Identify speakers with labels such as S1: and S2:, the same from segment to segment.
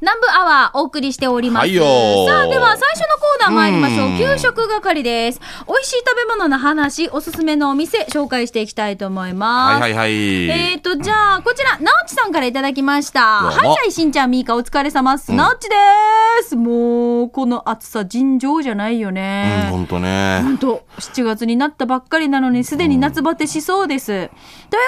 S1: 南部アワーお送りしております。
S2: はいよー
S1: さあ、では最初のコーナー参りましょう。
S2: うん
S1: 給食係です。美味しい食べ物の話、おすすめのお店、紹介していきたいと思います。
S2: はいはいはい。
S1: えーと、じゃあ、こちら、なおちさんからいただきました。
S2: どう
S1: はい
S2: も
S1: はい、しんちゃん、みーか、お疲れ様っす。なおちでーす。もう、この暑さ、尋常じゃないよ
S2: うん、
S1: ね。
S2: ほんとね。
S1: 本当7月になったばっかりなのに、すでに夏バテしそうです。という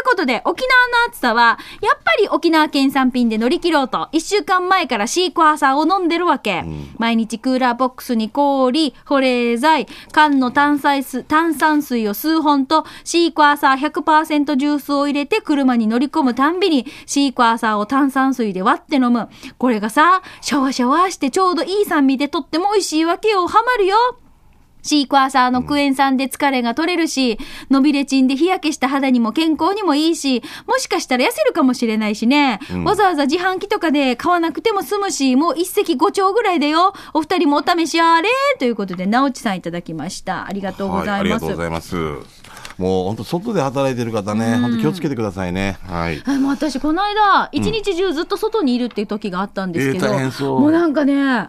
S1: ことで、沖縄の暑さは、やっぱり沖縄県産品で乗り切ろうと、1週間前からシークワーサーを飲んでるわけ。毎日クーラーボックスに氷、保冷剤、缶の炭酸水炭酸水を数本と、シークワーサー100%ジュースを入れて車に乗り込むたんびに、シークワーサーを炭酸水で割って飲む。これがさ、シャワシャワしてちょうどいい酸味でとっても美味しいわけよ。ハマるよ。シークワーサーのクエン酸で疲れが取れるし、のびれちんで日焼けした肌にも健康にもいいし、もしかしたら痩せるかもしれないしね。わざわざ自販機とかで買わなくても済むし、もう一石五鳥ぐらいだよ。お二人もお試しあれということで、なおちさんいただきました。ありがとうござ
S2: あ
S1: い
S2: り
S1: ま
S2: が
S1: す。
S2: とうございます。もう本当外で働いてる方ね、本当気をつけてくださいね。はい。
S1: あもう私この間一日中ずっと外にいるっていう時があったんですけど、
S2: えー大変そう
S1: もうなんかね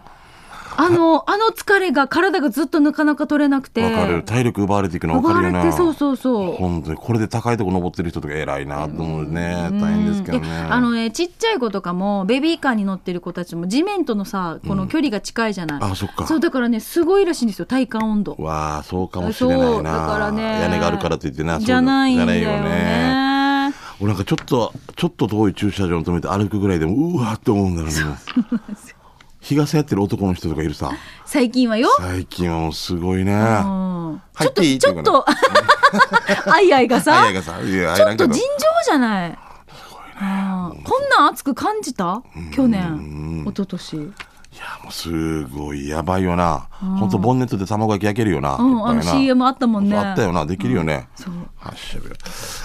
S1: あのあの疲れが体がずっとなかなか取れなくて
S2: わかる。体力奪われていくの分
S1: 奪
S2: か
S1: わ
S2: るよ
S1: れ
S2: な。
S1: てそうそうそう
S2: 本当にこれで高いとこ登ってる人とか偉いなと思うね、大変ですけどね
S1: いやあのねちっちゃい子とかもベビーカーに乗ってる子たちも地面とのさこの距離が近いじゃない、
S2: あそっか
S1: そうだからねすごいらしいんですよ体感温度
S2: わあそうかもしれないな
S1: そうだからね
S2: 屋根があるからといってな
S1: じゃないんだよね
S2: そうじゃないよね俺なんかちょっとちょっと遠い駐車場に止めて歩くぐらいでもうわーって思うんだろうね日傘やってる男の人とかいるさ
S1: 最近はよ、
S2: 最近はもうすごいね
S1: う
S2: は
S1: ん、ち
S2: 入
S1: ょっ
S2: っ
S1: と
S2: ていい
S1: ちょっと あいあいがさ
S2: いがさいや
S1: ちょ
S2: な
S1: っ
S2: ん
S1: と
S2: か
S1: 尋常じゃない。うんこんなん暑く感じた去年、一昨年
S2: もうすごいやばいよな本当ボンネットで卵焼き焼けるよな
S1: うん、あ
S2: い
S1: の
S2: っぱいな
S1: CM あったもんね。
S2: そうあったよなできるよね
S1: そう
S2: はいしゃべる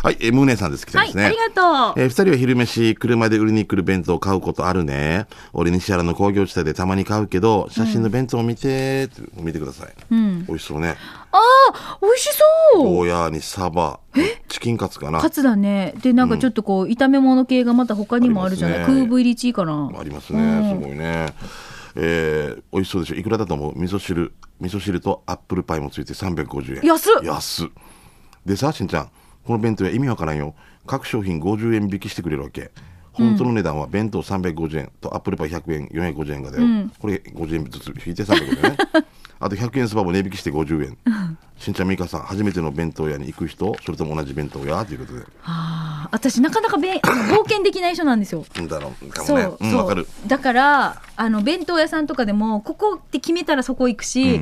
S2: はいえームーネさんです来て
S1: は
S2: ま
S1: い、
S2: すね
S1: ありがとう。
S2: えー二人は昼飯、車で売りに来る弁当を買うことあるね。俺、西原の工業地帯でたまに買うけど、写真の弁当を見て、って見てください。美味しそうね。
S1: ああ、美味しそう
S2: ゴーヤーにサバ、チキンカツかな。
S1: カ
S2: あ
S1: ツだね。で、なんかちょっとこう、炒め物系がまた他にもあるじゃない
S2: ありますね
S1: 空ブ入りチーかな。
S2: りますね。すごいね。えー、美味しそうでしょ。いくらだと思う味噌汁、味噌汁とアップルパイもついて350円。
S1: 安っ
S2: 安っでさ、しんちゃん、この弁当は意味わからんよ。各商品50円引きしてくれるわけ。本当の値段は弁当350円とアップルパイ100円、450円がだよ。これ50円ずつ引いて350円ね。 あと100円そばも値引きして50円。しんちゃん、みかさん、初めての弁当屋に行く人、それとも同じ弁当屋ということで。
S1: あー私、なかなかべん 冒険できない人なんですよ。
S2: うんだろうか
S1: そ
S2: もね。
S1: う、
S2: うん、わ
S1: そ
S2: か
S1: う
S2: る。。
S1: だから、あの、弁当屋さんとかでも、ここって決めたらそこ行くし、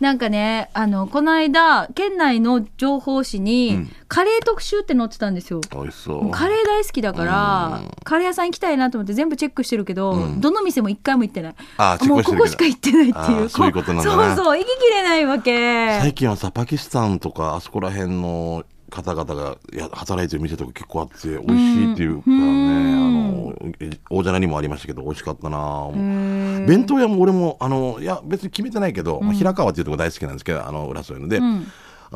S1: なんかね、あの、この間、県内の情報誌に、カレー特集って載ってたんですよ。
S2: 美味しそ
S1: も
S2: う。
S1: うカレー大好きだから、カレー屋さん行きたいなと思って全部チェックしてるけど、どの店も一回も行ってない。
S2: あーチェッ
S1: も
S2: ク
S1: う
S2: して
S1: ここ
S2: る
S1: しか行ってないってい
S2: あ
S1: う。
S2: ーそういうことなんだな
S1: そうそう、行ききれないわけ。
S2: 最近はさパキスタンとかあそこら辺の方々がや働いてる店とか結構あって美味しいっていうかね、あの大じゃなにもありましたけど美味しかったな弁当屋も俺もあのいや別に決めてないけど、まあ、平川っていうとこ大好きなんですけどあの浦添ので、あ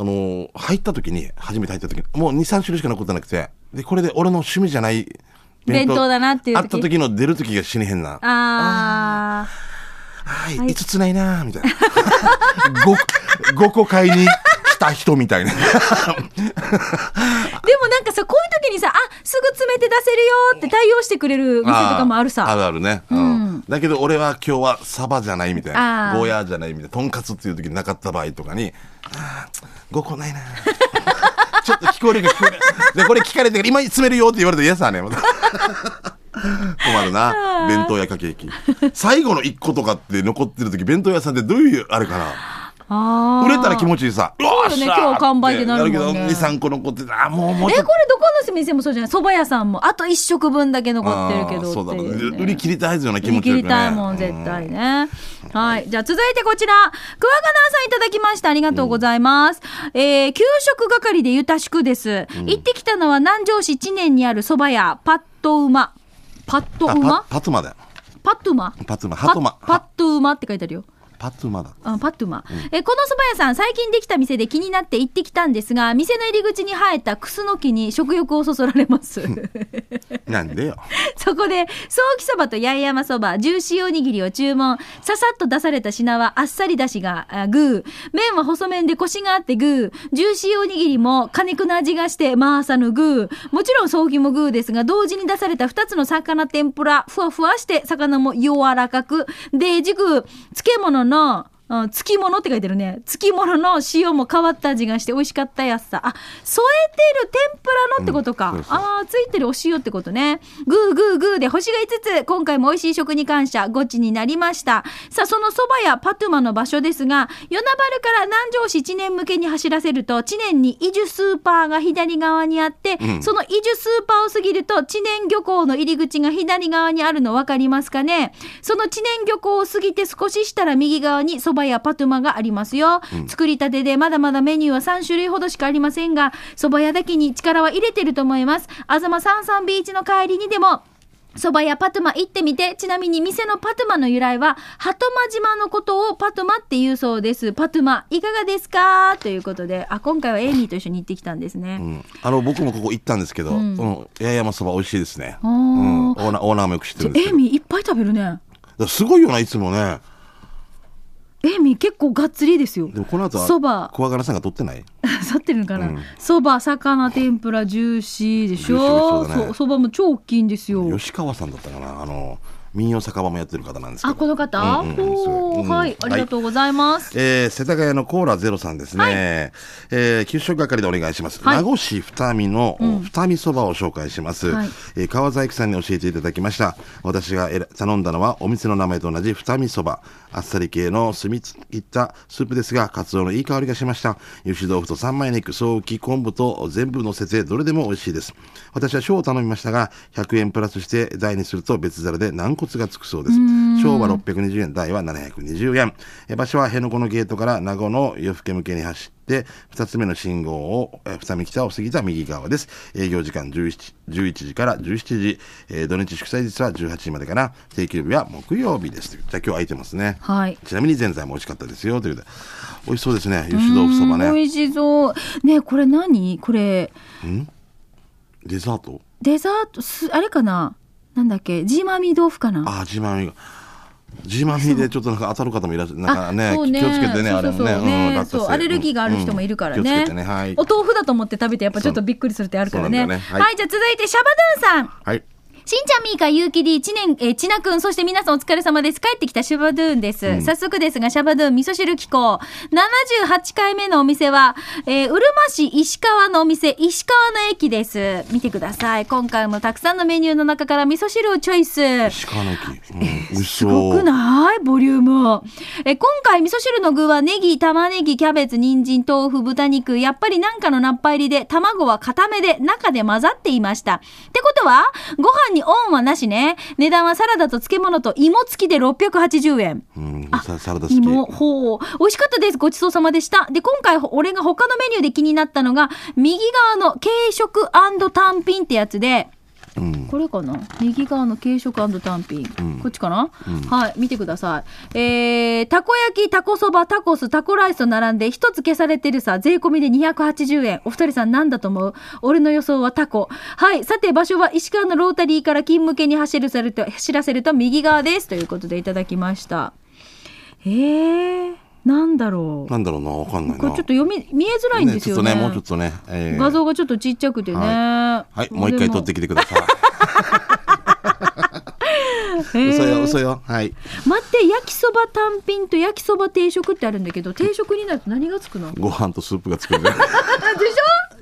S2: の入った時に初めて入った時にもう23種類しか残ってなくてでこれで俺の趣味じゃない
S1: 弁当だなっていう時
S2: あった時の出る時が死にへんな
S1: あー。
S2: はい、5つないなーみたいな。5, 5個買いに来た人み たいな。
S1: でもなんかさ、こういう時にさ、あ、すぐ詰めて出せるよって対応してくれる店とかもある
S2: あ
S1: さ。
S2: るあるね。うん。だけど俺は今日はサバじゃないみたい
S1: あ
S2: な。
S1: ー
S2: ゴーヤーじゃないみたいな。とんかつっていう時になかった場合とかに、あ5個ないなー。 ちょっと聞こえるか聞こえるで、これ聞かれてから今詰めるよって言われたら嫌さね。また 困るな。弁当屋かけ駅。最後の1個とかって残ってる時、弁当屋さんってどういうあれかな。
S1: あー
S2: 売れたら気持ちいいさ。
S1: そうよね
S2: よっしゃー
S1: 今日完売ってなるもんね
S2: なるけど、2、3個残ってて、あー、もう、もう
S1: え、
S2: ちょっ。
S1: ことれどこの店もそうじゃない蕎麦屋さんも。あと一食分だけ残ってるけ
S2: あー
S1: ど
S2: そうだ
S1: っていうね、
S2: 売り切りたいような気持ち
S1: 切
S2: よくね
S1: りたいもん、絶対ね。はい。じゃあ続いてこちら。クワガナーさんいただきました。ありがとうございます。えー、給食係でゆたしくです。行ってきたのは南城市知念にある蕎麦屋、パットウマ。パットウ
S2: あパ
S1: マ
S2: パトマだよ。
S1: パットウマ
S2: パトマ、ハトマ。
S1: パパットウマって書いてあるよ。
S2: パツマだった。
S1: あパットゥマ、えこの蕎麦屋さん最近できた店で気になって行ってきたんですが店の入り口に生えたクスノキに食欲をそそられます
S2: なんでよ。
S1: そこでソーキそばと八重山そばジューシーおにぎりを注文ささっと出された品はあっさりだしがあグー麺は細麺でコシがあってグージューシーおにぎりも果肉の味がしてマーサのグーもちろんソーキもグーですが同時に出された2つの魚天ぷらふわふわして魚も柔らかくでじく漬物のうん、漬物って書いてるね。漬物の塩も変わった味がして美味しかったやつさ。あ、添えてる天ぷらのってことか。
S2: うんそうそう
S1: ああ、ついてるお塩ってことね。グーグーグーで星が5つ、今回も美味しい食に感謝、ゴチになりました。さあ、その蕎麦やパトゥマの場所ですが、与那原から南城市知念向けに走らせると、知念に伊寿スーパーが左側にあって、
S2: うん
S1: その伊寿スーパーを過ぎると、知念漁港の入り口が左側にあるの分かりますかね。その知念漁港を過ぎて少ししたら右側に蕎麦やパトゥマがありますよ。作りたてでまだまだメニューは3種類ほどしかありませんが、蕎麦屋だけに力は入れてると思います。あざま三三ビーチの帰りにでも、蕎麦屋パトゥマ行ってみて、ちなみに店のパトゥマの由来は、鳩間島のことをパトゥマって言うそうです。パトゥマ、いかがですかということで、あ、今回はエイミーと一緒に行ってきたんです
S2: う
S1: ね。
S2: ん、あの僕もここ行ったんですけど、この八重山そば美味しいですね。
S1: あ
S2: う
S1: ー
S2: ん、オーナーオーナーもよく知ってるんです
S1: エイ
S2: けどだか
S1: ミーいっぱい食べるね。
S2: ら。すごいよな、いつもね。
S1: エイミー結構がっつりですよ。
S2: でもこの後
S1: そば
S2: は、 小柄さんが取ってない
S1: 腐ってるのかな
S2: うん
S1: そば、魚天ぷらジューシーでし
S2: ジューシー美
S1: ょ
S2: 味しそうだね
S1: そそば、も超大きいんですよ
S2: 吉川さんだったかな。あの、民謡酒場もやってる方なんですけど。
S1: あこの方、
S2: うんうんうん
S1: おー
S2: うん
S1: はいありがとうございます、
S2: えー世田谷のコーラゼロさんですね。
S1: はい
S2: えー給食係でお願いします。
S1: はい
S2: 名護市二見の、二見そばを紹介します。
S1: はい
S2: えー川崎さんに教えていただきました。私がえら頼んだのは、お店の名前と同じ二見そば。あっさり系の澄み切ったスープですが、カツオのいい香りがしました。ゆし豆腐と三枚肉、ソーキ、昆布と全部乗せて、どれでも美味しいです。私は小を頼みましたが、100円プラスして、台にすると別皿で軟骨がつくそうです。小は620円、台は720円。え場所は辺野古のゲートから名護の夜更け向けに走って、2つ目の信号を、えー二見北を過ぎた右側です。営業時間17 11時から17時、えー土日祝祭日は18時までかな。定休日は木曜日です。じゃあ今日空いてますね。
S1: はい
S2: ちなみに前菜も美味しかったですよ。ということで。美味しそうですね。ゆし豆腐そば
S1: うん美
S2: ね。
S1: 味しそうねこれ何これ
S2: デザート
S1: デザートすあれかななんだっけジーマミー豆腐かな
S2: あー、ジーマミが。ジーマミでちょっとなんか当たる方もいらっしゃる。なんかね、
S1: あそうね
S2: 気をつけてね、
S1: そ
S2: あ
S1: うそ
S2: れ
S1: う
S2: も
S1: そう
S2: ね。
S1: ね
S2: うん落花
S1: そう
S2: 生
S1: アレルギーがある人もいるからね,、
S2: うん気をつけてね。はい
S1: お。豆腐だと思って食べてやっぱちょっとびっくりするってあるからね
S2: そうなんだよね
S1: は、
S2: はいい
S1: じゃあ続いてシャバドゥンさん
S2: はい。
S1: しんちゃん、みーか、ゆうきり、ちねん、えー、ちなくん、そして皆さんお疲れ様です。帰ってきたシャバドゥーンです。早速ですが、シャバドゥーン、味噌汁機構。78回目のお店は、えー、うるま市石川のお店、石川の駅です。見てください。今回もたくさんのメニューの中から味噌汁をチョイス。
S2: 鹿の木。うん、美味し
S1: す
S2: そう
S1: ごくないボリューム。え、今回、味噌汁の具はネギ、玉ねぎ、キャベツ、人参、豆腐、豚肉。やっぱりなんかのナッパ入りで、卵は固めで、中で混ざっていました。ってことは、ご飯にオンはなしね。値段はサラダと漬物と芋付きで680円。
S2: うん
S1: あ、
S2: ササラダ好き。
S1: 芋、ほう。美味しかったです。ごちそうさまでした。で、今回、ほ俺が他のメニューで気になったのが、右側の軽食単品ってやつで、
S2: うん。
S1: これかな右側の軽食単品、
S2: うん
S1: こっちかな、はい見てくださいえー、たこ焼きたこそばタコスタコライスと並んで一つ消されてるさ税込みで280円お二人さん何だと思う俺の予想はタコはいさて場所は石川のロータリーから勤務系に走るされと走らせると右側ですということでいただきましたえー、なんだろう
S2: なんだろうな、わかんないな。
S1: これちょっと読み見えづらいんですよね
S2: ねちょっとね、もうちょっとね。えー
S1: 画像がちょっとちっちゃくてね、
S2: はい、もう一回撮ってきてください。
S1: き
S2: 嘘よ、嘘よ。はい。
S1: 待って焼きそば単品と焼きそば定食ってあるんだけど定食になると何がつくのでし
S2: ご飯とスープが作る ね。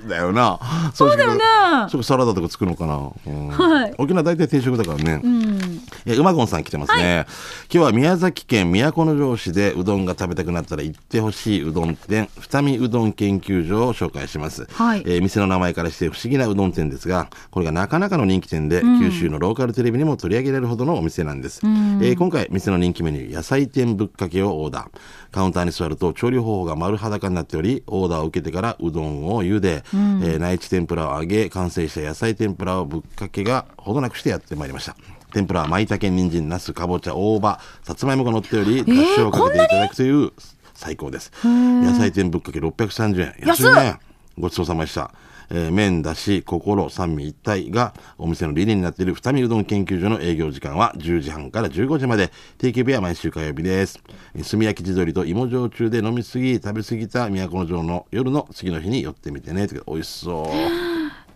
S2: だよな。そう
S1: だよね
S2: そうサラダとか作るのかな。うん
S1: はい
S2: 沖縄大体定食だからね。
S1: ょうん
S2: えー、うまごんさん来てますね、今日は宮崎県都城市でうどんが食べたくなったら行ってほしいうどん店二見うどん研究所を紹介します、
S1: はい
S2: えー店の名前からして不思議なうどん店ですがこれがなかなかの人気店で、九州のローカルテレビにも取り上げられるほどのお店なんです、えー今回店の人気メニュー野菜天ぶっかけをオーダーカウンターに座ると調理方法が丸裸になっておりオーダーを受けてからうどんを茹で、えー内地天ぷらを揚げ完成した野菜天ぷらをぶっかけがほどなくしてやってまいりました天ぷらは舞茸、人参、茄子、かぼちゃ、大葉、さつまいもが乗っており、だしをかけていただくという最高です。野菜天ぶっかけ630円。安いね。ごちそうさまでした。えー麺だし、心、三味一体がお店の理念になっている二味うどん研究所の営業時間は10時半から15時まで、定休日は毎週火曜日です。えー炭焼き地鶏と芋焼酎で飲みすぎ、食べすぎた都城の夜の次の日に寄ってみてね。ということで美味しそう。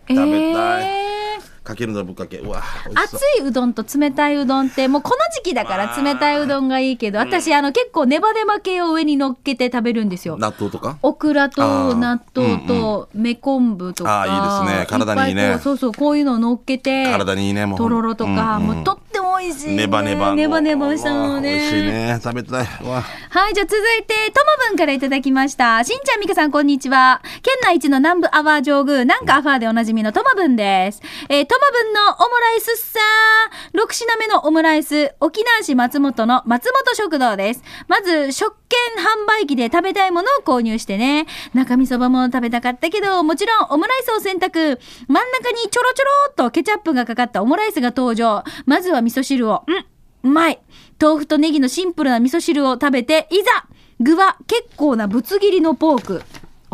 S1: え
S2: 食べたい。
S1: え
S2: かけるのぶっかけ。うわ、美味し
S1: 熱
S2: そう。
S1: いうどんと冷たいうどんってもうこの時期だから冷たいうどんがいいけど私あの結構ネバネバ系を上に乗っけて食べるんですよ
S2: 納豆とか
S1: オクラと
S2: あー
S1: 納豆と芽昆布とか
S2: あーいいですね体にいいね
S1: っぱこうそうそうこういうのを乗っけて
S2: 体にいいね、もう。
S1: とろろとか、
S2: うんうん
S1: もうとっても美味しい、ね、
S2: ネバネバ。
S1: ネバネバしたの
S2: うわ美味しい
S1: ね
S2: ね。食べたい。うわ。
S1: はい、じゃあ続いて、ともぶんからいただきました。しんちゃん、みかさん、こんにちは。県内一の南部アワー上宮、なんかアファーでおなじみのともぶんです。えー、ともぶんのオムライスっさー。6品目のオムライス、沖縄市松本の松本食堂です。まず、食券販売機で食べたいものを購入してね。中身そばも食べたかったけど、もちろんオムライスを選択。真ん中にちょろちょろっとケチャップがかかったオムライスが登場。まずは味噌汁を。うんうまい豆腐とネギのシンプルな味噌汁を食べて、いざ具は結構なぶつ切りのポーク。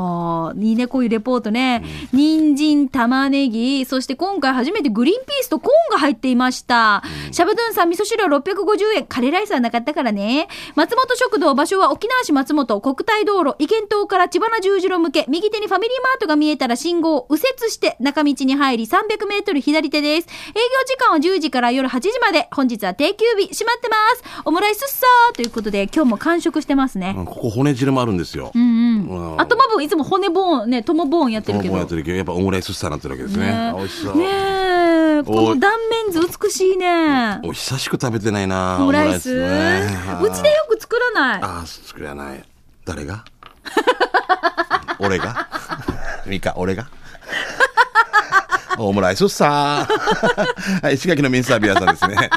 S1: あーいいね、こういうレポートね。人参、玉ねぎ、そして今回初めてグリーンピースとコーンが入っていました。シャブドゥンさん、味噌汁は650円。カレーライスはなかったからね。松本食堂、場所は沖縄市松本、国体道路、意見島から千葉の十字路向け、右手にファミリーマートが見えたら信号を右折して中道に入り300メートル左手です。営業時間は10時から夜8時まで。本日は定休日、閉まってます。オムライスっさーということで、今日も完食してますね。
S2: うんここ骨汁もあるんですよ。
S1: うんう。
S2: うんん
S1: あともぶん、いつも骨ボーン、ね、ともボーンやってるけ
S2: もうや
S1: ど
S2: って。るけど、やっぱオムライススターになってるわけですね。あ美味しそう。
S1: ねえ、この断面図美しいね。
S2: お久しく食べてないな
S1: オムライス。
S2: オムライスねあー
S1: うちでよく作らない。
S2: ああ作らない誰が 俺が ミカ俺がオムライスさーはい、石垣のミンサービアさんですね。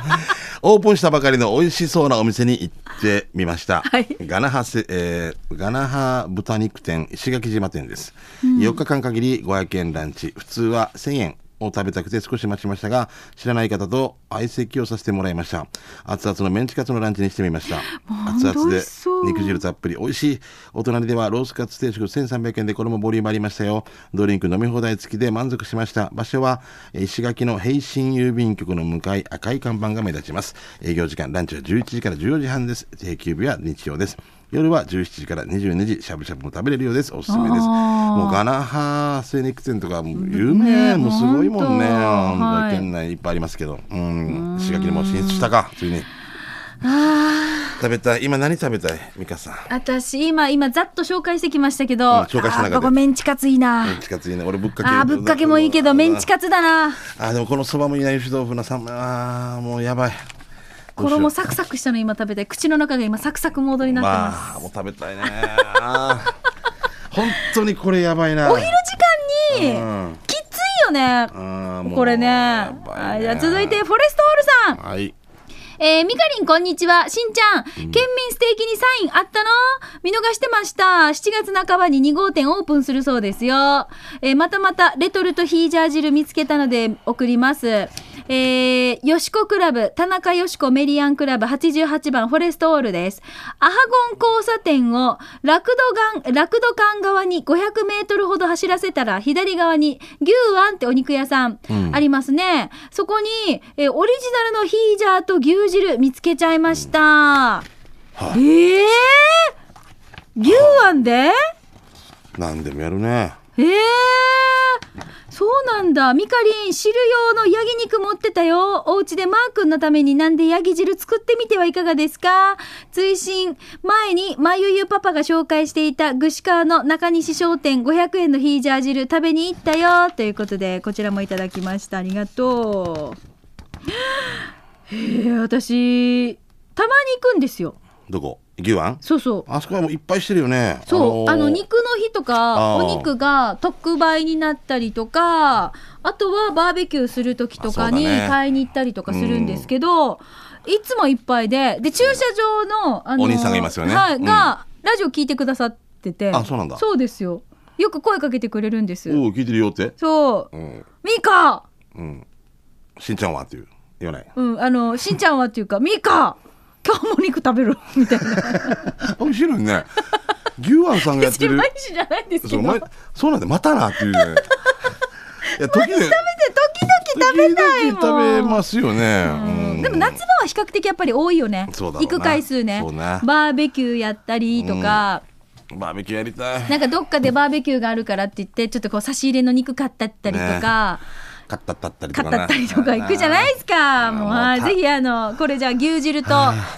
S2: オープンしたばかりの美味しそうなお店に行ってみました。
S1: はい
S2: ガナハせ、えーガナハ豚肉店、石垣島店です。4日間限り500円ランチ、普通は1000円。を食べたくて少し待ちましたが、知らない方と相席をさせてもらいました。熱々のメンチカツのランチにしてみました。熱
S1: 本当
S2: 々
S1: 美
S2: で
S1: 味しそう
S2: 肉汁たっぷり美味しい。お隣ではロースカツ定食1300円でこれもボリュームありましたよ。ドリンク飲み放題付きで満足しました。場所はえー石垣の平信郵便局の向かい赤い看板が目立ちます。営業時間、ランチは11時から14時半です。定休日は日曜です。夜は17時から22時、しゃぶしゃぶも食べれるようです。おすすめです。
S1: あー
S2: もうガナハ精肉店とかもう有
S1: ね
S2: 名、もうすごいもんね。
S1: ほんとはい
S2: 県内いっぱいありますけど。うん。石垣にもう進出したか、ついに。食べたい。今何食べたいミカさん。
S1: 私、今、今、ざっと紹介してきましたけど、
S2: ん紹介した中で
S1: あここメンチカツいいな。
S2: メンチカツいいね。俺ぶっかけ。
S1: あーぶっかけもいいけど、メンチ
S2: カ
S1: カツだな。
S2: あ、でもこのそばもいいな、ゆし豆腐なさん。あーもうやばい。どうしよう
S1: 衣サクサクしたの今食べて、口の中が今サクサクモードになってます。
S2: まあ、もう食べたいね。 あー本当にこれやばいな。
S1: お昼時間
S2: う
S1: に
S2: ん、
S1: きついよね。
S2: あーもう
S1: これね。
S2: やば
S1: はいい
S2: ね
S1: じゃあ続いて、フォレストオールさん。
S2: はい。
S1: えー、みかりん、こんにちは。しんちゃん、県民ステーキにサインあったの見逃してました。7月半ばに2号店オープンするそうですよ。えー、またまた、レトルトヒージャー汁見つけたので送ります。えー、よしこクラブ、田中よしこメリアンクラブ88番フォレストオールです。アハゴン交差点を、ラクドガン、ラクドカン側に500メートルほど走らせたら、左側に、牛ワンってお肉屋さん、ありますね。そこに、えーオリジナルのヒージャーと牛汁見つけちゃいました。ええー、牛ワンで
S2: 何でもやるね。
S1: ええそうなんだ。ミカリン、汁用のヤギ肉持ってたよ。お家でマー君のためになんでヤギ汁作ってみてはいかがですか追伸、前にまゆゆパパが紹介していた串川の中西商店500円のヒージャー汁食べに行ったよ。ということで、こちらもいただきました。ありがとう。へえ、私、たまに行くんですよ。
S2: どこ牛あん
S1: そうそう。
S2: あそこはもういっぱいしてるよね。
S1: そう、あの
S2: ー
S1: 肉の日とか、
S2: あー
S1: お肉が特売になったりとか、あとはバーベキューする時とかに
S2: あそうだね
S1: 買いに行ったりとかするんですけど、いつもいっぱいで、で、駐車場の、あの
S2: お兄さんがいますよね
S1: はい、
S2: うん
S1: が、ラジオ聞いてくださってて。
S2: あそうなんだ
S1: そうですよ。よく声かけてくれるんです。
S2: おう聞いてるよって。
S1: そう
S2: う。ん。
S1: ミカ
S2: うん。しんちゃんはっていう。言わない。
S1: うん、あの、しんちゃんはっていうか、ミカ今日も肉食べるみたいな。
S2: 面白いね。 牛庵さん がやっ
S1: 別
S2: て
S1: に
S2: る。
S1: 毎日じゃないんですけ
S2: そ
S1: ど。
S2: う
S1: 食べ
S2: 前そうなんでまたな っていうね。いや時々
S1: て、時々食べたいもん。
S2: 食べますよね。うん
S1: でも夏場は比較的やっぱり多いよね。
S2: そうだろう
S1: 行
S2: な
S1: く回数ね
S2: そうね
S1: バーベキューやったりとか、
S2: バーベキューやりたい。
S1: なんかどっかでバーベキューがあるからって言って、ちょっとこう差し入れの肉買ったったりとか、
S2: 買ったったったりと
S1: 買
S2: か
S1: っ
S2: ね。
S1: たったりとか行くじゃないですか。
S2: うん
S1: もう、
S2: もう
S1: はい
S2: た
S1: ぜひあの、これじゃあ牛汁と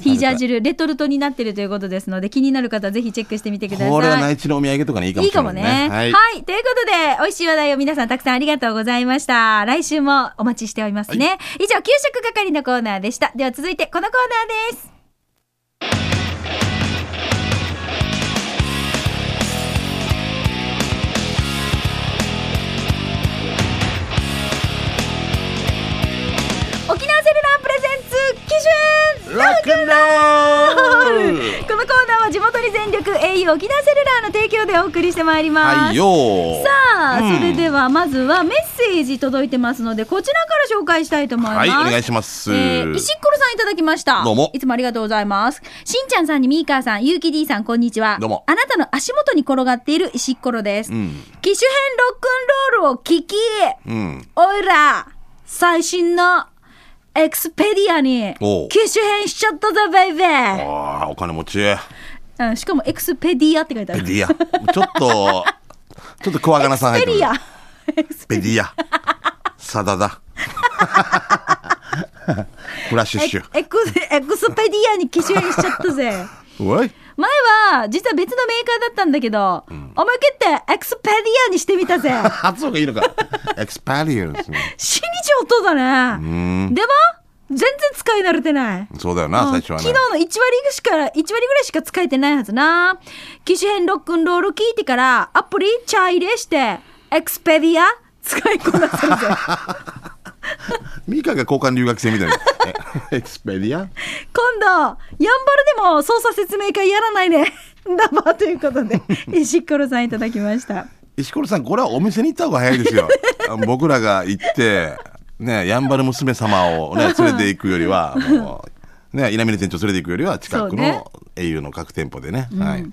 S1: ヒージャー汁、レトルトになってるということですので、気になる方ぜひチェックしてみてください。
S2: これは内地のお土産とかにいいかも
S1: いい
S2: しれ
S1: か
S2: な
S1: もね
S2: いね。
S1: はい、ということで、美味しい話題を皆さんたくさんありがとうございました。来週もお待ちしておりますね。以上、給食係のコーナーでした。では続いて、このコーナーです。沖縄セルラープレゼンツ、基準
S2: ラックンロール
S1: このコーナーは地元に全力 au 沖縄セルラーの提供でお送りしてまいります。
S2: はいよー
S1: さあ、
S2: うん
S1: それではまずはメッセージ届いてますのでこちらから紹介したいと思います。
S2: はい、お願いします。
S1: えー、石ころさんいただきました。
S2: どうも
S1: いつもありがとうございます。しんちゃんさんにみーかーさん、ゆうき D さん、こんにちは。
S2: どうも
S1: あなたの足元に転がっている石ころです。
S2: うん。
S1: 機種編ロックンロールを聞き、
S2: うん。
S1: おいら、最新のエクスペディアに
S2: おう
S1: 機種編しちゃったぞ、ベイベー。
S2: ああ、お金持ち。ペ
S1: うん、しかもエクスペディアって書いてある。
S2: ディア。ちょっと、ちょっとクワガナさん入
S1: エク
S2: って
S1: スペディア。
S2: ペディア。サ ダダ。フラッシュッシュ。
S1: エエクエクスペディアに機種変しちゃったぜ。
S2: おい
S1: 前は、実は別のメーカーだったんだけど、思い切ってエクスペディアにしてみ たぜ。
S2: 発音がいいのか。エクスパリエンスね。
S1: 死に上等だ
S2: う
S1: ね。
S2: ーん。
S1: でも、全然使い慣れてない。
S2: そうだよな、
S1: うん
S2: 最初はね
S1: 昨。日の1割しか、1割ぐらいしか使えてないはずな。機種変ロックンロール聞いてから、アプリチャイレして、エクスペディア使いこなせるぜ。
S2: ミカが交換留学生みたいな。えエクスペディア
S1: 今度、やんばるでも操作説明会やらないね。 だばということ で、石ころさんいただきました。
S2: 石ころさん、これはお店に行った方が早い ですよ。僕らが行って、ね、やんばる娘様をね、連れて行くよりは、もう、ね、稲峰店長連れて行くよりは、近
S1: そ
S2: く
S1: うね
S2: の au の各店舗でね。はい。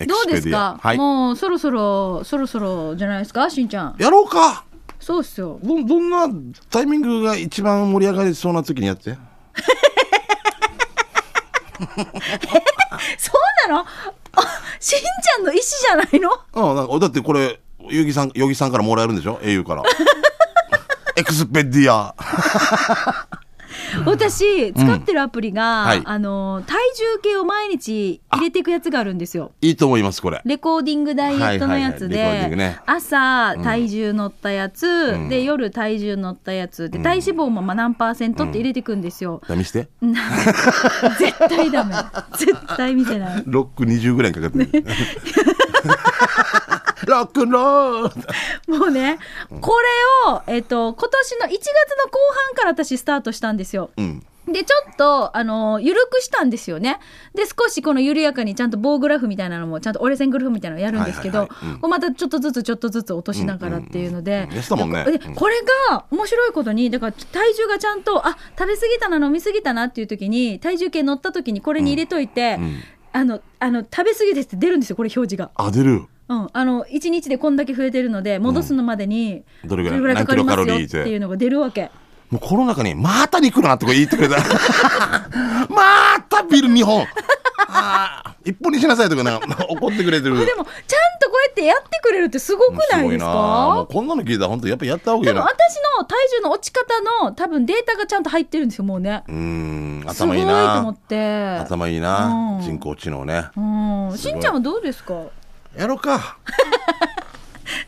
S2: エ
S1: ど
S2: ク
S1: う
S2: ス
S1: で
S2: ペ
S1: す
S2: ディア
S1: か、
S2: はい。
S1: もうそろそろ、そろそろじゃないですか、しんちゃん。
S2: やろうか
S1: そうっすよ。
S2: ど、どんなタイミングが一番盛り上がりそうな時にやって。
S1: そうなのあ しんちゃんの意思じゃないの
S2: うん、なんかだってこれ、ヨギさん、ヨギさんからもらえるんでしょ ?au から。エクスペディア。
S1: 私、使ってるアプリが、
S2: はい
S1: あの、体重計を毎日入れていくやつがあるんですよ。
S2: いいと思います、これ。
S1: レコーディングダイエットのやつで、
S2: はいはいはいレコーディングね
S1: 朝体重乗ったやつ、で夜体重乗ったやつで体脂肪もまあ何パーセントって入れていくんですよ、
S2: 見して。
S1: 絶対ダ メ絶対見てない
S2: ロック20ぐらいにかかってる。 ロックンロール
S1: もうねこれを、えっと今年の1月の後半から私スタートしたんですよ
S2: うん。
S1: でちょっとあの緩くしたんですよねで少しこの緩やかにちゃんと棒グラフみたいなのもちゃんと折れ線グラフみたいなのやるんですけど、
S2: はいはいはいうん
S1: こうまたちょっとずつちょっとずつ落としながらっていうので、
S2: うんうんうんやってたもんね
S1: で
S2: うん
S1: これが面白いことにだから体重がちゃんとあ食べ過ぎたな飲み過ぎたなっていう時に体重計乗った時にこれに入れといて、
S2: んうん
S1: あのあの食べ過ぎですって出るんですよこれ表示が。
S2: あ、出る。
S1: うん、あの1日でこんだけ増えてるので戻すのまでに
S2: どれぐらい
S1: かかりますよっ
S2: 何キロカロリー
S1: て
S2: で
S1: いうのが出るわけ。
S2: もうコロナ禍に、また肉なとか言ってくれ た。またビール2本。あー一本にしなさいとかな、怒ってくれてる。
S1: でも、ちゃんとこうやってやってくれるってすごくないです
S2: も
S1: か
S2: うこんなの聞いたら、本当やっぱやった方が
S1: 多
S2: いい
S1: 分
S2: な。
S1: 私の体重の落ち方の多分データがちゃんと入ってるんですよ、もうね
S2: う。ん、
S1: すご
S2: 頭
S1: い
S2: いい
S1: と思っ
S2: な。
S1: て。
S2: 頭いい
S1: う。
S2: な
S1: ん
S2: 人工知能ね。
S1: うん。しんちゃんはどうですか
S2: やろうか。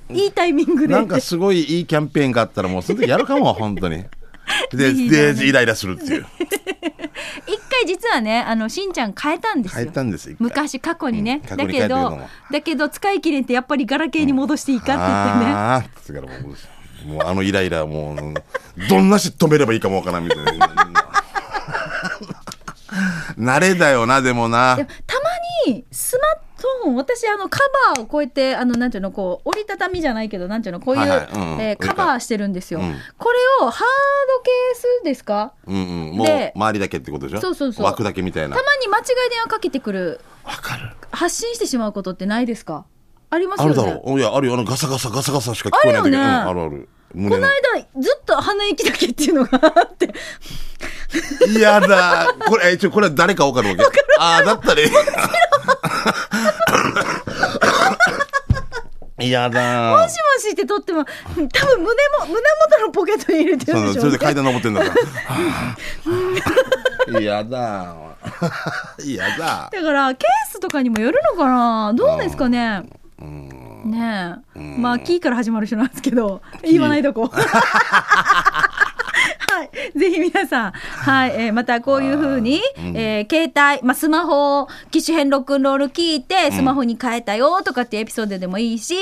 S1: いいタイミングで。
S2: なんかすごいいいキャンペーンがあったら、もうその時やるかも、本当に。で、
S1: ぜひね
S2: で、イライラするっていう。
S1: 一回実はね、あの、しんちゃん変えたんです
S2: 変え
S1: よ。
S2: たんです、一回。
S1: 昔過去にね、
S2: うん過去
S1: だ
S2: に変
S1: け
S2: えてるの
S1: ど
S2: も
S1: だけど使い切れてやっぱりガラケーに戻していいかって言ってね、
S2: あーつうからもうもうあのイライラもうどんなし止めればいいかもわからんみたいな 慣れだよなでもない
S1: やたまにスマートもう私あのカバーをこうやってあのなんていうのこう折りたたみじゃないけどなんていうのこういう、
S2: はいはいうんうん
S1: えーカバーしてるんですよ、
S2: うん
S1: これをハードケースですか
S2: うんうん、もう
S1: で
S2: 周りだけってことでしょ
S1: そうそうそう
S2: 枠だけみたい
S1: た
S2: な
S1: まに間違い電話かけてくる
S2: かる
S1: 発信してしまうことってないですかあります
S2: あ
S1: よ
S2: る
S1: ね
S2: だろういやあるよあのガサガサガサガサしか聞こえない時
S1: あるよね
S2: うんあるある胸
S1: この
S2: の
S1: 間ずっと鼻息だけっていうのがあって
S2: いやだこれえちょこれは誰か分かるわけああだったねいやだ
S1: もしもしって撮っても多分胸も胸元のポケットに入れてるん
S2: そ
S1: で
S2: う
S1: しょ
S2: そうれ
S1: ね
S2: で階段登ってんだから。嫌だ。嫌だ。
S1: だからケースとかにもよるのかなどうですかねねえまあ「キー」から始まる人なんですけど言わないと こはい、ぜひ皆さん、はいえーまたこういうふうに、えー携帯、まあ、スマホを機種変ロックンロール聞いてスマホに変えたよとかっていうエピソードでもいいし、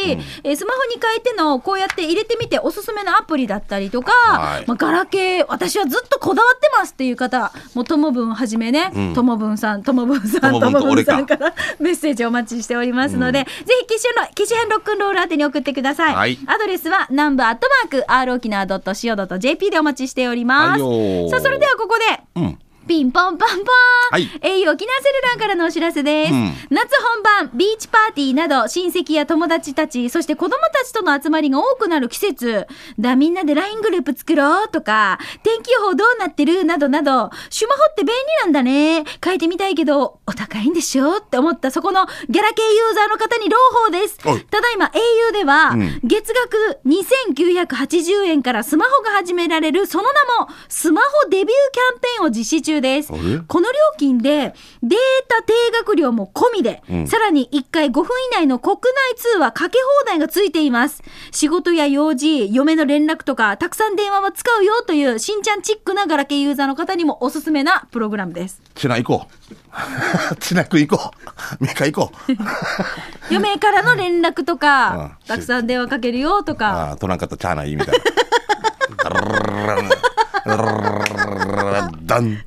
S1: えースマホに変えてのこうやって入れてみておすすめのアプリだったりとか、
S2: はい
S1: まあ、ガラケー私はずっとこだわってますっていう方もうともぶんはじめね
S2: うん
S1: ともぶんさんともぶんさん
S2: ともぶ
S1: と
S2: んと
S1: もぶん
S2: 俺
S1: さ
S2: か
S1: んからメッセージお待ちしておりますので、ぜひ機種の機種編ロックンロール宛てに送ってください、
S2: はい
S1: アドレスは南部アットマーク r 沖縄 .co.jp でお待ちしておりま
S2: は
S1: す
S2: いよー
S1: さあそれではここで
S2: うん。
S1: ピンポンパンポン、
S2: はい
S1: えい沖縄セルラーからのお知らせです、
S2: うん
S1: 夏本番ビーチパーティーなど親戚や友達たちそして子供たちとの集まりが多くなる季節だみんなで LINE グループ作ろうとか天気予報どうなってるなどなどスマホって便利なんだね変えてみたいけどお高いんでしょって思ったそこのギャラ系ユーザーの方に朗報です
S2: はい
S1: ただいま au では、
S2: うん
S1: 月額2980円からスマホが始められるその名もスマホデビューキャンペーンを実施中です。
S2: あ
S1: この
S2: れ
S1: 料金でデータ定額料も込みで、
S2: うん
S1: さらに1回5分以内の国内通話かけ放題がついています。仕事や用事、嫁の連絡とか、たくさん電話は使うよという、しんちゃんチックなガラケーユーザーの方にもおすすめなプログラムです。
S2: チナ行こう。チナ行こう。メカ行こう。
S1: 嫁からの連絡とか、
S2: うん
S1: たくさん電話かけるよとか、
S2: ああ、取らんかったチャーナいいみたいな。ダララララ ダン。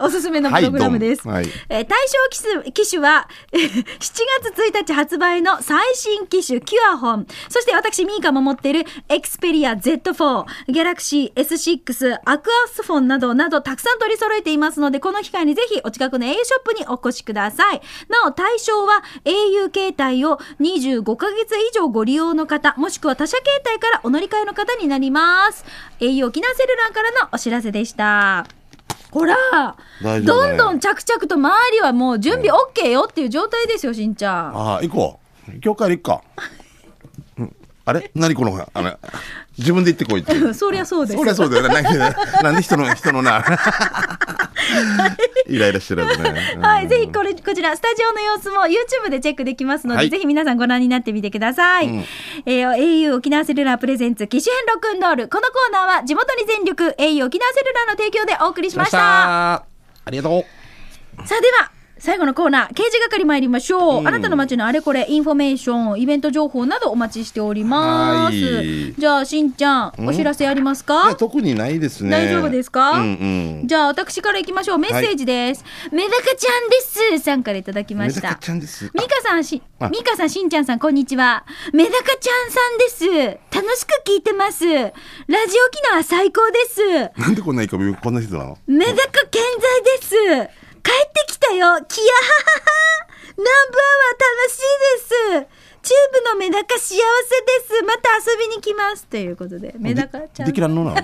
S1: おすすめのプログラムです。
S2: はいどん
S1: えー対象機種機種は、えー7月1日発売の最新機種キュアホン。そして私、ミーカも持っている Xperia Z4、Galaxy S6、アクアスフォンなどなどたくさん取り揃えていますので、この機会にぜひお近くの au ショップにお越しください。なお、対象は au 携帯を25ヶ月以上ご利用の方、もしくは他社携帯からお乗り換えの方になります。au 沖縄セルラーからのお知らせでした。ほら、
S2: 大丈夫だ
S1: どん
S2: よ
S1: どん着々と周りはもう準備 OK よっていう状態ですよ、しんちゃん。
S2: ああ、行こう。今日から行くか。うんあれ何この辺あれ自分で行ってこいって。
S1: そりゃそうです。
S2: そりゃそうだよね。なんでなんで人の、人のな。イライラしてるやつね。うん
S1: はい、ぜひこれ、こちら、スタジオの様子も YouTube でチェックできますので、
S2: はい
S1: ぜひ皆さんご覧になってみてください。えー au 沖縄セルラープレゼンツ、機種編ロックンロール。このコーナーは地元に全力、au 沖縄セルラーの提供でお送りしました。
S2: ありがとう。
S1: さあでは最後のコーナー刑事係参りましょう、あなたの街のあれこれインフォメーションイベント情報などお待ちしておりま
S2: は
S1: す
S2: い
S1: じゃあしんちゃんお知らせあります
S2: い
S1: か
S2: や、特にないですね。
S1: 大丈夫ですか
S2: うんうん。
S1: じゃあ私からいきましょうメッセージです、メダカちゃんですさんからいただきま
S2: め
S1: し
S2: ち
S1: た
S2: ゃくちゃんです。
S1: ミカさんし、
S2: あ
S1: ミカさん、しんちゃんさん、こんにちは。メダカちゃんさんです。楽しく聞いてます。ラジオ機能は最高です。
S2: なんでこんな言い方、こんな人なの
S1: メダカ健在です。帰ってきたよ。キヤハハハ。ナンバーは楽しいです。チューブのメダカ幸せです。また遊びに来ます。ということで、メダカちゃん。
S2: できらんのなの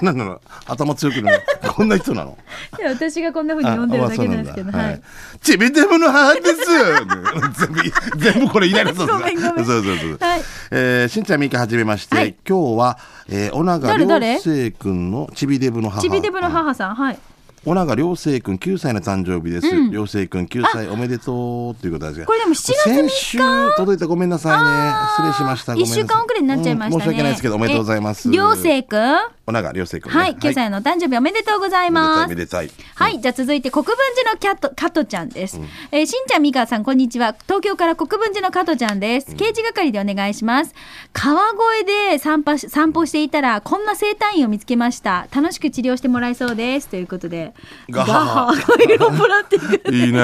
S2: なんなの頭強くないこんな人なの
S1: いや私がこんな風に
S2: あ
S1: 呼んでるだけ
S2: あ
S1: なんですけど、
S2: そう
S1: は。
S2: ないんだちびてむの母です。 全部、全部これいないです。
S1: ごめんごめん
S2: そうそうそう。
S1: はい
S2: えーしんちゃんみーかはじめまして、
S1: はい
S2: 今日は、えー、小長
S1: 誰誰
S2: 良生くんのちびデブの母。
S1: ちびデブの母さん、はい。
S2: 小長良生くん9歳の誕生日です。良生くん9歳おめでとうということなんですけど。
S1: これでも7月3日
S2: 先週届いたごめんなさいね。失礼しました。ごめん
S1: 一
S2: なさい
S1: 週間遅れになっちゃいましたね。
S2: うん申し訳ないですけど、おめでとうございます。
S1: りょうせいくん。は
S2: 小長良生くんね、
S1: い、9歳のお誕生日おめでとうございます
S2: め。でたいめでたい。
S1: はい、じゃあ続いて国分寺のキャット、加トちゃんです。えーしんちゃん、みかさん、こんにちは。東京から国分寺の加トちゃんです。刑事係でお願いします。川越で散歩し散歩していたら、こんな生態院を見つけました。楽しく治療してもらえそうです。ということで、で、
S2: ガ
S1: ガ
S2: ハハ
S1: ハハ、カイロプラティ ック。
S2: いいね。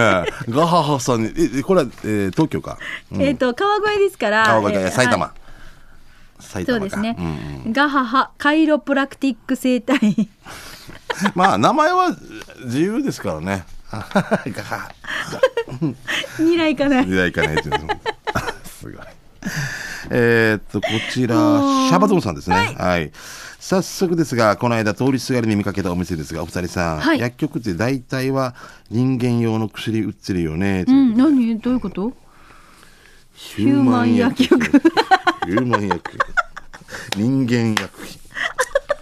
S2: ガハハさんに、ええ、これは、えー東京か。
S1: えっと、川越ですから。
S2: あ、わかっ
S1: え
S2: た
S1: ー
S2: 埼
S1: は
S2: 玉
S1: い。
S2: 埼
S1: そう
S2: 玉か。
S1: ですね
S2: んうん。
S1: ガハハ、カイロプラクティック生態院。
S2: まあ、名前は自由ですからね。 ガハハ。
S1: 未来かな
S2: 未来かないです。 すごい。えーっと、こちら、シャバゾンさんですね。はい。早速ですが、この間通りすがりに見かけたお店ですが、お二人さん、
S1: はい
S2: 薬局って大体は人間用の薬売ってるよね。
S1: うん、何どういうこと
S2: ヒ
S1: ューマン薬局
S2: ヒューマン薬局。人間薬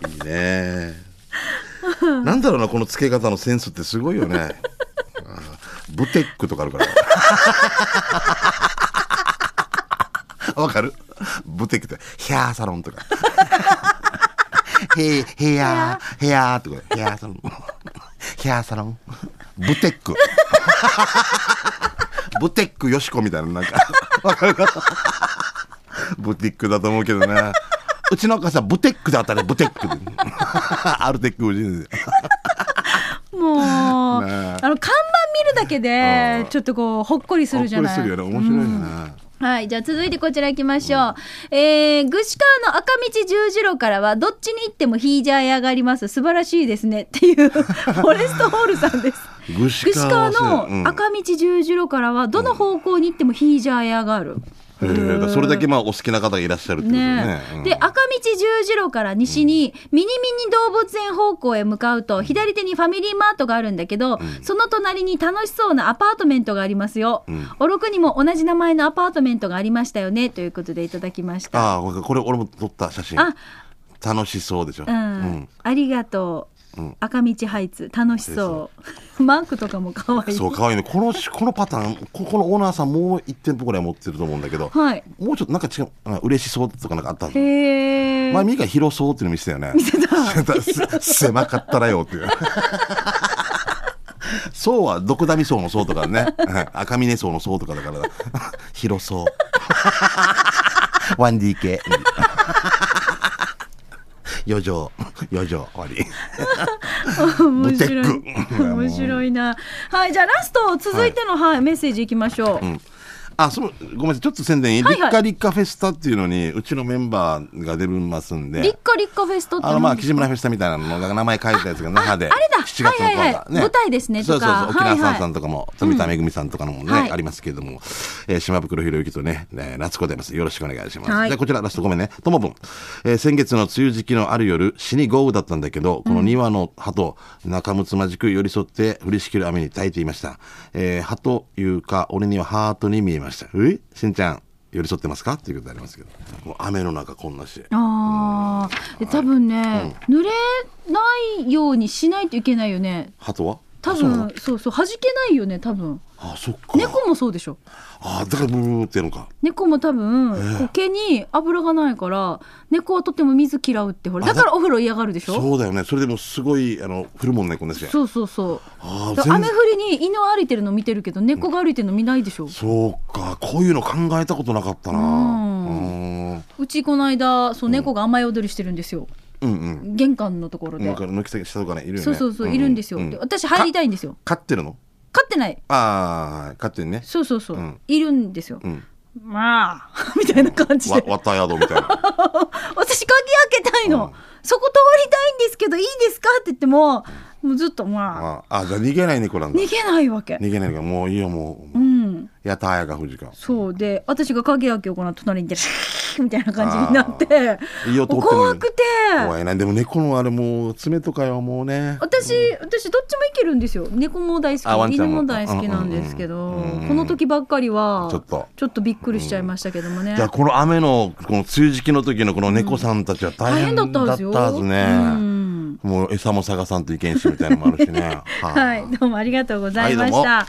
S2: 品。いいね。なんだろうな、この付け方のセンスってすごいよね。あーブテックとかあるから。わかるブテックって、ヘアサロンとか。ヘヘア、ヘアとか、ヘアサロン。ヘアサロン。ブテック。ブテックよしこみたいな、なんか、 わかるかブティックだと思うけどな。うちの母さん、ブテックだったね、ブテックで。 アルテック夫人で。
S1: もう、あ
S2: ねえ
S1: の、看板見るだけで、ちょっとこう、ほっこりするじゃない
S2: ほっこりするよね、面白いよね。
S1: はい。じゃあ続いてこちら行きましょう。えー、串川の赤道十字路からは、どっちに行ってもヒージャー上がります。素晴らしいですね。って いう、フォレストホールさんです。
S2: 串
S1: 串川
S2: 川はそううん
S1: の赤道十字路からは、どの方向に行ってもヒージャー上がる。
S2: へえだからそれだけまあお好きな方がいらっしゃるってこと
S1: ね
S2: ね。うん
S1: で、赤道十字路から西に、ミニミニ動物園方向へ向かうと、左手にファミリーマートがあるんだけど、その隣に楽しそうなアパートメントがありますよ。おろくにも同じ名前のアパートメントがありましたよね、ということでいただきました。あ、
S2: ああ、これ俺も撮った写真。楽しそうでしょ。
S1: うん、ありがとう。赤道ハイツ、楽しそう。マークとかも可愛い。
S2: そう、可愛いね。この、このパターン、ここのオーナーさんもう一店舗ぐらい持ってると思うんだけど、
S1: はい。
S2: もうちょっとなんか違う、あ嬉しそうとかなんかあったはず
S1: へ
S2: 前
S1: ー。
S2: ミカ広そうっていうの見せたよね見せた狭かったらよっていうそうはドクダミ層の層とかねうん赤峰層の層とかだから広そう 1DK 余剰余剰終わり
S1: 面白
S2: ブテック
S1: い。 面白いな。はい、じゃあラスト、続いての、はい、メッセージいきましょう。
S2: あそのごめんなさいちょっと宣伝いい、
S1: はいはい
S2: リッカリッカフェスタっていうのにうちのメンバーが出ますんで
S1: リッカリッカフェストって
S2: あの、まあ、
S1: 何
S2: 岸村フェスタみたいなのが名前書いたやつが那覇で。
S1: ああれだ
S2: 7月の
S1: はいはいはい舞台ですね
S2: そうそうそう。
S1: と
S2: 沖
S1: かは
S2: 縄さ
S1: い
S2: ん
S1: はい
S2: さんとかも、富田めぐみさんとかのもね、
S1: はい
S2: ありますけれども、えー島袋博之とね、えー夏子であります。よろしくお願いします。
S1: はい
S2: じゃあこちらラストごめんね。ともぶん。えー先月の梅雨時期のある夜、死に豪雨だったんだけど、この2羽の鳩、仲睦まじく寄り添って降りしきる雨に耐えていました。えー、鳩というか、俺にはハートに見えました。えしんちゃん、寄り添ってますかっていうことでありますけど。もう雨の中こんなし。
S1: ああ、で多分ね、濡れないようにしないといけないよね。
S2: 鳩は
S1: 多
S2: あそうなの
S1: 分、そうそう、弾けないよね、多分。
S2: あ、そっか。
S1: 猫もそうでしょ。
S2: ああ、だからブルブルってやるのか。
S1: 猫も多分、こう毛に油がないから、猫はとても水嫌うって、ほら、だからお風呂嫌がるでしょ
S2: そうだよね。それでもすごい、あの、降るもんね、こんな試合。
S1: そうそうそう。
S2: あ
S1: だ
S2: あ、
S1: から雨
S2: 全
S1: 降
S2: 然。
S1: りに犬は歩いてるの見てるけど、猫が歩いてるの見ないでしょ。
S2: そうか。こういうの考えたことなかったな。うんん。うん
S1: うちこの間、そう、猫が雨宿りしてるんですよ。
S2: うん。
S1: 玄関のところで
S2: なん。か抜きしたとかね、いるよね。
S1: そうそうそう、いるんですよ。で私入りた
S2: い。
S1: いんですよ。
S2: か飼ってるの
S1: 飼ってない。
S2: ああ、はい飼って るね。
S1: そうそうそう、
S2: うん
S1: いるんですよ。
S2: うん。
S1: まあ、 みたいな感じで
S2: わ、。わたやどみた いな。
S1: 私鍵開けたいの、
S2: うん
S1: そこ通りたいんですけど、いいですかって言っても、もうずっとまあ、
S2: ああ、じゃあ逃げない猫なんだ
S1: 逃。げないわけ。
S2: 逃げないから、もういいよ、も
S1: う
S2: う。
S1: ん。
S2: やたやが藤川。
S1: そうで、私が鍵開けようかな、隣にいて、 みたいな感じになって、
S2: いいよ、通って
S1: 怖くて。
S2: 怖いな。でも猫のあれもう、爪とかよ、もうね。
S1: 私、私どっちもいけるんですよ。猫も大
S2: あワ
S1: 好
S2: ン
S1: き、
S2: ちゃ
S1: 犬
S2: んも
S1: も大好きなんですけど、
S2: うんうんうん
S1: この時ばっかりは、
S2: ちょっと
S1: びっくりしちゃいましたけどもね。
S2: いやこの雨のこの梅雨時期の時のこの猫さんたちは大
S1: 大
S2: 変
S1: 変
S2: だ
S1: だ
S2: っ
S1: ったたん
S2: は
S1: です
S2: ず
S1: よ。
S2: ね、
S1: うん
S2: もう餌も探さんといけんしみたいなのもあるしね
S1: はい、
S2: い
S1: どうもありがとうございまし
S2: はいどうも
S1: た。は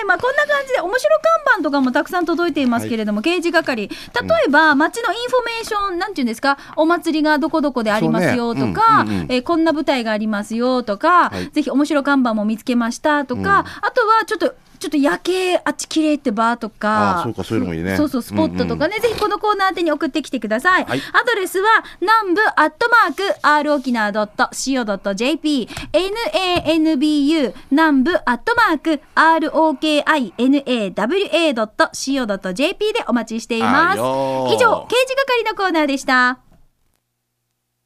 S1: い、まあこんな感じで面白看板とかもたくさん届いていますけれども、掲示係。例えば、街のインフォメーション、なんていうんですか、お祭りがどこどこでありますよとか、
S2: そうねうんうんうん
S1: えーこんな舞台がありますよとか、
S2: はい
S1: ぜひ面白看板も見つけましたとか、あとはちょっとちょっと夜景あっち綺麗ってバーとか
S2: あそうかそういうのもいいね
S1: そうそうスポットとかね、ぜひこのコーナー宛てに送ってきてください、
S2: はい
S1: アドレスは南部アットマーク r 沖縄 .co.jp nanbu 南部アットマーク rokinawa.co.jp でお待ちしています
S2: はいよー
S1: 以上刑事係のコーナーでした